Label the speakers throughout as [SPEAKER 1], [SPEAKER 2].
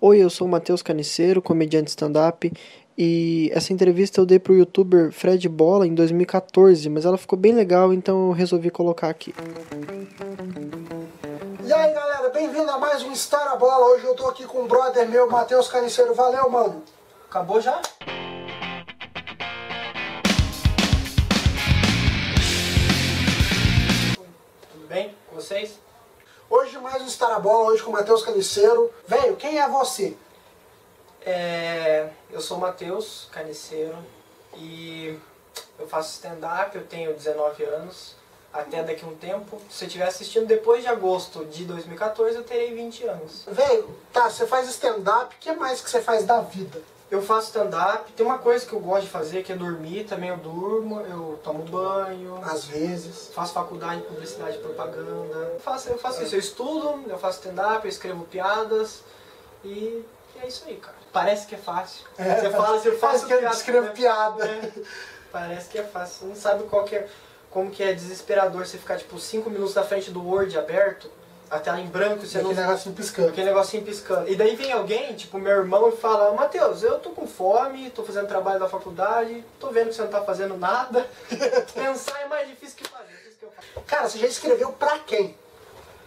[SPEAKER 1] Oi, eu sou o Matheus Caniceiro, comediante stand-up, e essa entrevista eu dei pro youtuber Fred Bola em 2014, mas ela ficou bem legal, então eu resolvi colocar aqui.
[SPEAKER 2] E aí galera, bem-vindo a mais um Star a Bola. Hoje eu tô aqui com um brother meu, Matheus Caniceiro. Valeu, mano.
[SPEAKER 3] Acabou já? Tudo bem com vocês?
[SPEAKER 2] Hoje mais um Star a Bola, hoje com o Matheus Caniceiro. Velho, quem é você?
[SPEAKER 3] É, eu sou o Matheus Caniceiro e eu faço stand-up, eu tenho 19 anos. Até daqui a um tempo, se você estiver assistindo depois de agosto de 2014, eu terei 20 anos.
[SPEAKER 2] Velho, tá, você faz stand-up, o que mais que você faz da vida?
[SPEAKER 3] Eu faço stand-up, tem uma coisa que eu gosto de fazer que é dormir, também eu durmo, eu tomo banho,
[SPEAKER 2] Às vezes.
[SPEAKER 3] faço faculdade de publicidade e propaganda. Eu faço, eu faço isso, eu estudo, eu faço stand-up, eu escrevo piadas e, e é isso aí, cara. Parece que é fácil. você fala, você faz
[SPEAKER 2] Faz que eu escrevo
[SPEAKER 3] né?
[SPEAKER 2] piada.
[SPEAKER 3] É. Parece que é fácil. Você não sabe qual que é, como que é desesperador você ficar tipo 5 minutos na frente do Word aberto, a tela em branco, você
[SPEAKER 2] é Aquele
[SPEAKER 3] não
[SPEAKER 2] negocinho piscando.
[SPEAKER 3] Aquele negocinho piscando. E daí vem alguém, tipo meu irmão, e fala, Matheus, eu tô com fome, tô fazendo trabalho da faculdade, tô vendo que você não tá fazendo nada. Pensar é mais difícil que fazer. por isso que eu faço.
[SPEAKER 2] Cara, você já escreveu pra quem?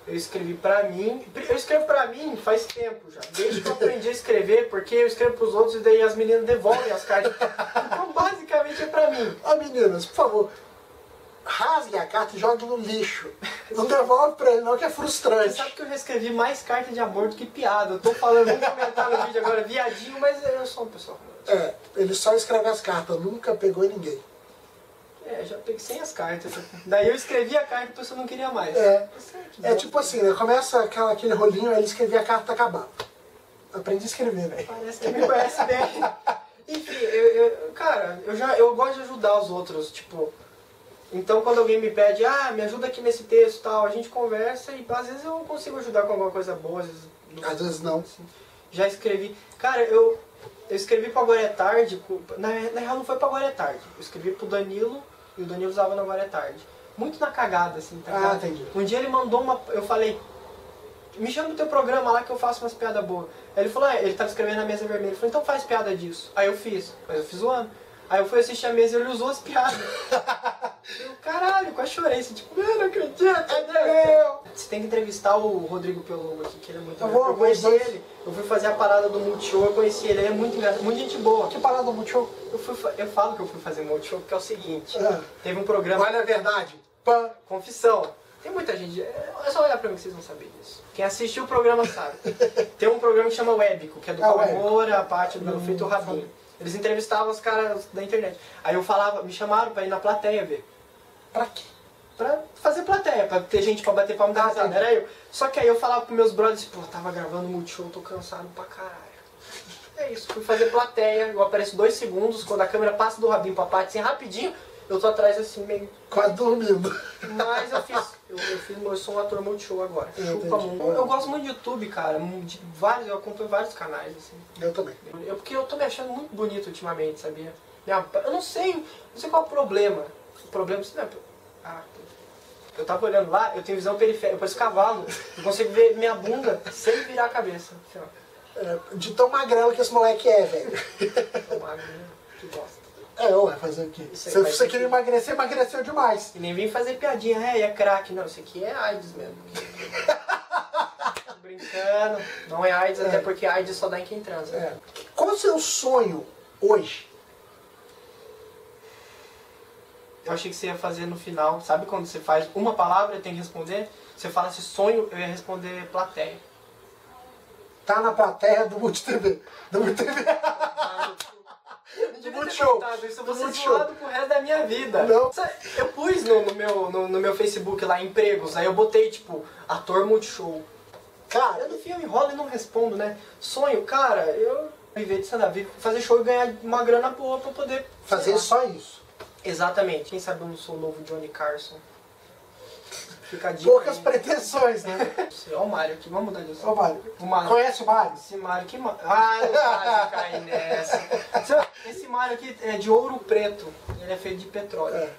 [SPEAKER 3] Eu escrevi pra mim. Eu escrevo pra mim faz tempo já. Desde que eu aprendi a escrever, porque eu escrevo pros outros e daí as meninas devolvem as cartas. Então basicamente é pra mim.
[SPEAKER 2] Ó, meninas, por favor, rasgue a carta e jogue no lixo. Não devolve pra ele não, que é
[SPEAKER 3] Você sabe
[SPEAKER 2] frustrante.
[SPEAKER 3] que eu já escrevi mais carta de amor do que piada. Eu tô falando, vou comentar no vídeo agora, viadinho, mas eu sou uma pessoa romântica.
[SPEAKER 2] É, ele só escreve as cartas, nunca pegou ninguém.
[SPEAKER 3] É, já peguei sem as cartas. Daí eu escrevi a carta e a pessoa não queria mais.
[SPEAKER 2] É.
[SPEAKER 3] Que
[SPEAKER 2] É
[SPEAKER 3] bom.
[SPEAKER 2] tipo assim, né? Começa aquela- aquele rolinho, aí ele escrevia a carta acabar. Aprendi a escrever, velho.
[SPEAKER 3] Parece que me conhece bem. Enfim, eu, eu- cara, eu, já, eu gosto de ajudar os outros, tipo... Então quando alguém me pede, ah, me ajuda aqui nesse texto e tal, a gente conversa e às vezes eu consigo ajudar com alguma coisa boa, às vezes... não.
[SPEAKER 2] Às vezes não.
[SPEAKER 3] Já escrevi... Cara, eu, eu escrevi pra Agora é Tarde, com- na, na real não foi pra Agora é Tarde, eu escrevi pro Danilo e o Danilo usava no Agora é Tarde. Muito na cagada, assim, tá
[SPEAKER 2] Ah,
[SPEAKER 3] ligado?
[SPEAKER 2] entendi.
[SPEAKER 3] Um dia ele mandou uma... eu falei, me chama no teu programa lá que eu faço umas piadas boas. Aí ele falou, ah, ele tava escrevendo na mesa vermelha. Eu falei, então faz piada disso. Aí eu fiz, mas eu fiz zoando. Aí eu fui assistir a mesa e ele usou as piadas. eu, caralho, quase chorei. Assim, tipo, eu não acredito, é meu. Você tem que entrevistar o Rodrigo Piologo aqui, que ele é muito
[SPEAKER 2] Eu
[SPEAKER 3] legal.
[SPEAKER 2] vou,
[SPEAKER 3] Eu conheci
[SPEAKER 2] vou, vou.
[SPEAKER 3] ele, eu fui fazer a parada do Multishow, eu conheci ele, ele é muito engraçado, muito gente boa.
[SPEAKER 2] Que parada do Multishow?
[SPEAKER 3] Eu, fui, fa- eu falo que eu fui fazer Multishow porque é o seguinte,
[SPEAKER 2] Ah.
[SPEAKER 3] teve um programa...
[SPEAKER 2] Olha a verdade. Pã.
[SPEAKER 3] Confissão. Tem muita gente. É é só olhar pra mim que vocês vão saber disso. Quem assistiu o programa sabe. Tem um programa que chama Webico, que é do
[SPEAKER 2] Ah,
[SPEAKER 3] Paulo
[SPEAKER 2] Webico.
[SPEAKER 3] Moura, a parte do Belo Feito e o Rabinho. Eles entrevistavam os caras da internet. Aí eu falava, me chamaram pra ir na plateia ver.
[SPEAKER 2] Pra quê?
[SPEAKER 3] Pra fazer plateia, pra ter gente pra bater palma da risada. Era eu. Só que aí eu falava pros meus brothers, pô, tava gravando multishow, tô cansado pra caralho. É isso, fui fazer plateia, eu apareço dois segundos, quando a câmera passa do Rabinho pra parte, assim, rapidinho, eu tô atrás assim, meio
[SPEAKER 2] Quase dormindo.
[SPEAKER 3] mas eu fiz, eu, eu fiz, eu sou um ator multishow agora.
[SPEAKER 2] Eu
[SPEAKER 3] Chupa
[SPEAKER 2] entendi.
[SPEAKER 3] mundo. Eu gosto muito de YouTube, cara. De vários, eu acompanho vários canais, assim.
[SPEAKER 2] Eu também.
[SPEAKER 3] Eu, porque eu tô me achando muito bonito ultimamente, sabia? Minha- Eu não sei, não sei qual é o problema. O problema não é. Ah, eu tava olhando lá, eu tenho visão periférica, eu pareço um cavalo. Eu consigo ver minha bunda sem virar a cabeça. Assim, ó.
[SPEAKER 2] É, de tão magrelo que esse moleque é, velho.
[SPEAKER 3] Tô magro, né? que bosta.
[SPEAKER 2] É, ué, fazer o quê?
[SPEAKER 3] Isso aí
[SPEAKER 2] Se
[SPEAKER 3] faz
[SPEAKER 2] você queria
[SPEAKER 3] sentido.
[SPEAKER 2] emagrecer, emagreceu demais.
[SPEAKER 3] E nem vim fazer piadinha, é, é craque. Não, isso aqui é AIDS mesmo. Tô Brincando. Não é AIDS, até porque AIDS só dá em quem transa.
[SPEAKER 2] É. Qual o seu sonho hoje?
[SPEAKER 3] Eu achei que você ia fazer no final, sabe quando você faz uma palavra e tem que responder? Você fala esse sonho, eu ia responder plateia.
[SPEAKER 2] Tá na plateia do MultiTV. Do MultiTV. Ah,
[SPEAKER 3] Eu devia ter
[SPEAKER 2] Multishow.
[SPEAKER 3] contado Isso eu vou
[SPEAKER 2] Do
[SPEAKER 3] ser
[SPEAKER 2] Multishow.
[SPEAKER 3] zoado pro resto da minha vida.
[SPEAKER 2] Não.
[SPEAKER 3] Sabe, Eu pus no, no meu, no, no meu Facebook lá, empregos, aí eu botei, tipo, ator multishow. Eu
[SPEAKER 2] Cara,
[SPEAKER 3] no fim eu enrolo e não respondo, né? Sonho, cara, eu viver de stand-up, fazer show e ganhar uma grana boa pra poder sei
[SPEAKER 2] fazer
[SPEAKER 3] lá.
[SPEAKER 2] só isso.
[SPEAKER 3] Exatamente. Quem sabe eu não sou o novo Johnny Carson. Fica a dica.
[SPEAKER 2] Poucas
[SPEAKER 3] hein?
[SPEAKER 2] pretensões, né?
[SPEAKER 3] Olha o Mário aqui, vamos mudar de assunto.
[SPEAKER 2] Ô, Mário.
[SPEAKER 3] O Mário.
[SPEAKER 2] Conhece o Mário?
[SPEAKER 3] Esse Mário que. ma- Ah, não pode cair nessa. Esse Mário aqui é de ouro preto. Ele é feito de petróleo.
[SPEAKER 2] É.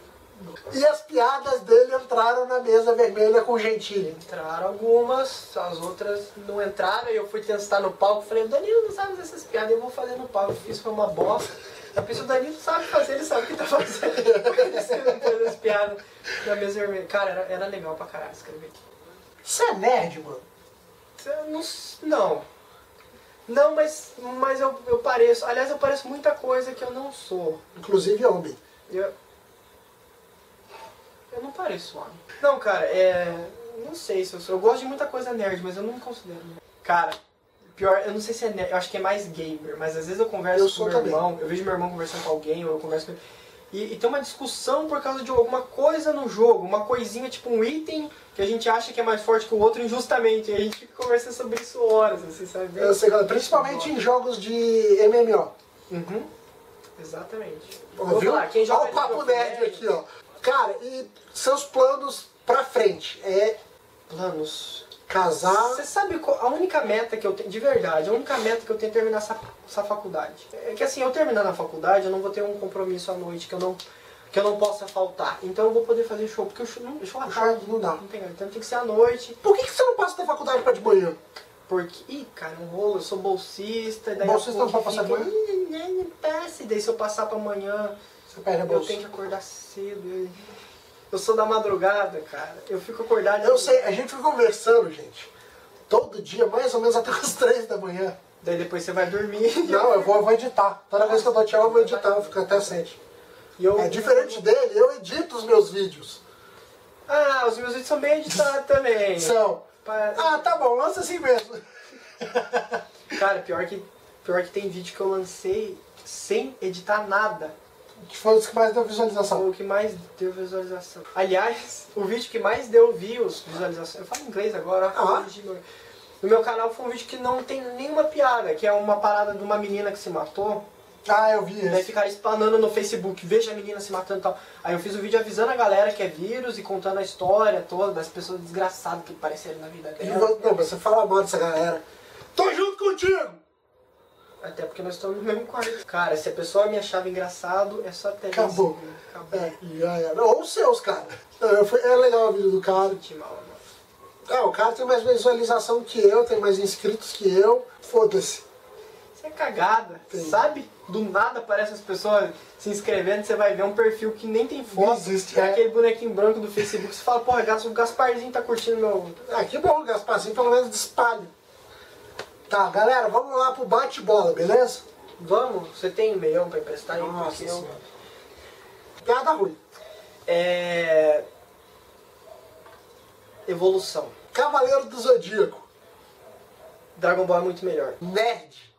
[SPEAKER 2] E as piadas dele entraram na mesa vermelha com o Gentili.
[SPEAKER 3] Entraram algumas, as outras não entraram, e eu fui testar no palco, falei, Danilo não sabe fazer essas piadas, eu vou fazer no palco, eu fiz foi uma bosta. A pessoa Danilo sabe fazer, ele sabe o que tá fazendo. Você não faz as piadas na mesa vermelha. Cara, era, era legal pra caralho escrever.
[SPEAKER 2] Você é nerd, mano.
[SPEAKER 3] Eu Não. s- Não, não mas, mas eu, eu pareço. Aliás, eu pareço muita coisa que eu não sou.
[SPEAKER 2] Inclusive homem.
[SPEAKER 3] Eu, eu não pareço homem. Não, cara, é. Não sei se eu sou. Eu gosto de muita coisa nerd, mas eu não me considero nerd. Cara, pior, eu não sei se é nerd, eu acho que é mais gamer, mas às vezes eu converso
[SPEAKER 2] Eu
[SPEAKER 3] com
[SPEAKER 2] sou
[SPEAKER 3] meu
[SPEAKER 2] também.
[SPEAKER 3] irmão, eu vejo meu irmão conversando com alguém, ou eu converso com ele. E, e tem uma discussão por causa de alguma coisa no jogo, uma coisinha, tipo um item que a gente acha que é mais forte que o outro injustamente. E a gente fica conversando sobre isso horas, assim, sabe?
[SPEAKER 2] Eu sei, principalmente em jogos de MMO.
[SPEAKER 3] Uhum. Exatamente. Vou
[SPEAKER 2] Ouviu?
[SPEAKER 3] falar, quem joga né?
[SPEAKER 2] Olha o papo
[SPEAKER 3] League of
[SPEAKER 2] nerd
[SPEAKER 3] Legends-
[SPEAKER 2] aqui, ó. Cara, e seus planos pra frente? É
[SPEAKER 3] Planos.
[SPEAKER 2] casar.
[SPEAKER 3] Você sabe qual- a única meta que eu tenho, de verdade, a única meta que eu tenho é terminar essa, essa faculdade. É que assim, eu terminando a faculdade, eu não vou ter um compromisso à noite que eu não, que eu não possa faltar. Então eu vou poder fazer show, porque o show, não, show à
[SPEAKER 2] Já
[SPEAKER 3] tarde
[SPEAKER 2] não dá.
[SPEAKER 3] não tem, então tem que ser à noite.
[SPEAKER 2] Por que, que você não passa da faculdade pra de manhã?
[SPEAKER 3] Porque, ih, cara, um rolo, eu sou bolsista, e daí
[SPEAKER 2] Bolsista
[SPEAKER 3] a pouco
[SPEAKER 2] não pode passar
[SPEAKER 3] fica,
[SPEAKER 2] amanhã?
[SPEAKER 3] "Ih, né, não passa", e daí se eu passar pra amanhã,
[SPEAKER 2] Você perde a
[SPEAKER 3] eu
[SPEAKER 2] bolsa.
[SPEAKER 3] tenho que acordar cedo. e- Eu sou da madrugada, cara. Eu fico acordado.
[SPEAKER 2] Eu sei, a gente fica conversando, gente. Todo dia, mais ou menos até as três da manhã.
[SPEAKER 3] Daí depois você vai dormir.
[SPEAKER 2] Não, eu vou, eu vou editar. Toda vez que eu dou tchau, eu vou editar, eu fico até sete.
[SPEAKER 3] E eu-
[SPEAKER 2] É diferente dele, eu edito os meus vídeos.
[SPEAKER 3] Ah, os meus vídeos são bem editados também.
[SPEAKER 2] São.
[SPEAKER 3] Pa-
[SPEAKER 2] Ah, tá bom, lança assim mesmo.
[SPEAKER 3] Cara, pior que, pior que tem vídeo que eu lancei sem editar nada.
[SPEAKER 2] Que foi os que mais deu visualização.
[SPEAKER 3] Foi o que mais deu visualização. Aliás, o vídeo que mais deu views, visualização. Eu falo inglês agora.
[SPEAKER 2] Ah.
[SPEAKER 3] corrigi meu- No meu canal foi um vídeo que não tem nenhuma piada, que é uma parada de uma menina que se matou.
[SPEAKER 2] Ah, eu vi
[SPEAKER 3] E daí
[SPEAKER 2] esse.
[SPEAKER 3] ficaram explanando no Facebook, veja a menina se matando e tal. Aí eu fiz o vídeo avisando a galera que é vírus e contando a história toda das pessoas desgraçadas que apareceram na vida
[SPEAKER 2] E
[SPEAKER 3] dela.
[SPEAKER 2] vo- Não, mas você fala mal dessa galera. Tô junto contigo!
[SPEAKER 3] Até porque nós estamos no mesmo quarto. Cara, se a pessoa me achava engraçado, é só até
[SPEAKER 2] Acabou.
[SPEAKER 3] Acabou.
[SPEAKER 2] É, e já era. Ou os seus, cara. Não, eu fui- é legal o vídeo do cara.
[SPEAKER 3] Senti mal, mano.
[SPEAKER 2] É, o cara tem mais visualização que eu, tem mais inscritos que eu. Foda-se.
[SPEAKER 3] Você é cagada,
[SPEAKER 2] Sim.
[SPEAKER 3] sabe? Do nada aparecem as pessoas se inscrevendo, você vai ver um perfil que nem tem
[SPEAKER 2] Não
[SPEAKER 3] foto.
[SPEAKER 2] existe,
[SPEAKER 3] é
[SPEAKER 2] é.
[SPEAKER 3] aquele bonequinho branco do Facebook. Você fala, porra, Gas- o Gasparzinho tá curtindo meu.
[SPEAKER 2] Ah, que bom, Gasparzinho pelo menos espalha. Tá, galera, vamos lá pro bate-bola, beleza?
[SPEAKER 3] Vamos, você tem e-mail pra emprestar aí?
[SPEAKER 2] Nossa
[SPEAKER 3] Porque eu-
[SPEAKER 2] Senhora. Piada ruim.
[SPEAKER 3] É. Evolução.
[SPEAKER 2] Cavaleiro do Zodíaco.
[SPEAKER 3] Dragon Ball é muito melhor.
[SPEAKER 2] Nerd.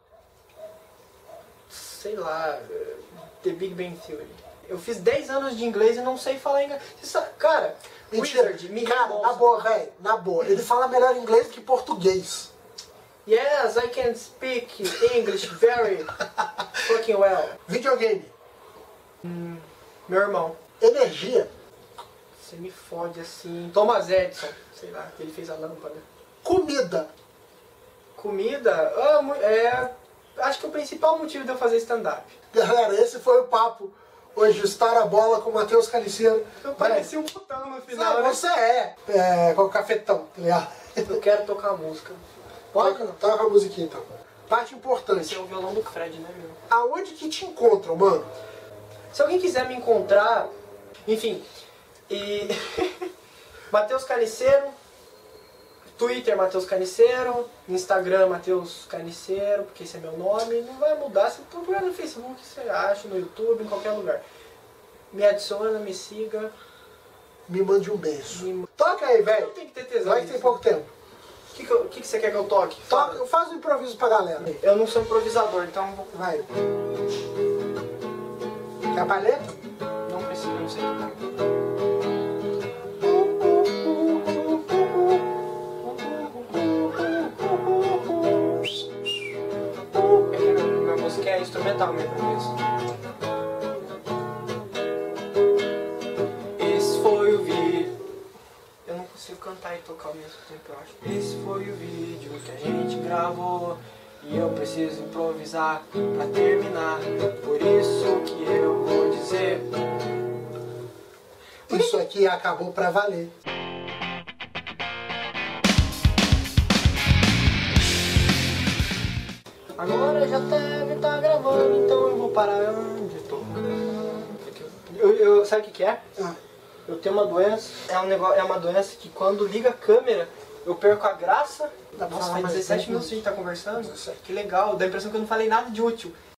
[SPEAKER 3] sei lá, eh, The Big Bang Theory. Eu fiz 10 anos de inglês e não sei falar inglês. Você sabe- cara,
[SPEAKER 2] Mentira.
[SPEAKER 3] Wizard, me
[SPEAKER 2] cara, na
[SPEAKER 3] rebolsa.
[SPEAKER 2] boa, velho. Na boa. Ele fala melhor inglês que português.
[SPEAKER 3] Yes, I can speak English very fucking well.
[SPEAKER 2] Videogame.
[SPEAKER 3] Meu irmão,
[SPEAKER 2] Energia.
[SPEAKER 3] você me fode assim. Thomas Edison, sei lá, que ele fez a lâmpada.
[SPEAKER 2] Comida.
[SPEAKER 3] Comida, ah, mu- é, acho que o principal motivo de eu fazer stand-up.
[SPEAKER 2] Galera, esse foi o papo. Hoje, o estar a bola com o Matheus Caniceiro.
[SPEAKER 3] Eu parecia um putão no final,
[SPEAKER 2] Não,
[SPEAKER 3] né?
[SPEAKER 2] você é. É, com o cafetão, tá ligado?
[SPEAKER 3] Eu quero tocar música. Pode?
[SPEAKER 2] Toca, toca a musiquinha então. Parte
[SPEAKER 3] Esse é
[SPEAKER 2] importante.
[SPEAKER 3] o violão do Fred, né, meu?
[SPEAKER 2] Aonde que te encontram, mano?
[SPEAKER 3] Se alguém quiser me encontrar, enfim, e Matheus Caniceiro, Twitter Matheus Caniceiro, Instagram Matheus Caniceiro, porque esse é meu nome, não vai mudar, se procurar no Facebook, você acha, no YouTube, em qualquer lugar. Me adiciona, me siga,
[SPEAKER 2] Me mande um beijo.
[SPEAKER 3] me...
[SPEAKER 2] Toca aí,
[SPEAKER 3] não
[SPEAKER 2] velho.
[SPEAKER 3] tem que ter tesão.
[SPEAKER 2] Vai que
[SPEAKER 3] nisso.
[SPEAKER 2] tem pouco tempo.
[SPEAKER 3] O que, que, eu- o que que você quer que eu toque? Fala.
[SPEAKER 2] Toca, faz um improviso pra galera.
[SPEAKER 3] Eu não sou improvisador, então eu vou-
[SPEAKER 2] Vai. Quer a palheta?
[SPEAKER 3] não preciso, não sei. É que a minha música é instrumental, minha improviso. Esse foi o vídeo. Eu não consigo cantar e tocar ao mesmo tempo, eu acho. Esse foi o vídeo que a gente gravou. E eu preciso improvisar pra terminar. Por isso que eu vou dizer.
[SPEAKER 2] Isso aqui acabou pra valer.
[SPEAKER 3] Agora já deve tá gravando, então eu vou parar onde tô. Eu, eu- sabe o que, que é?
[SPEAKER 2] Ah,
[SPEAKER 3] Eu tenho uma doença, é, um negócio, é uma doença que quando liga a câmera, eu perco a graça.
[SPEAKER 2] Dá pra
[SPEAKER 3] Nossa,
[SPEAKER 2] falar
[SPEAKER 3] faz
[SPEAKER 2] mais
[SPEAKER 3] 17
[SPEAKER 2] tempo?
[SPEAKER 3] é, minutos que a gente tá conversando. Que legal, dá a impressão que eu não falei nada de útil.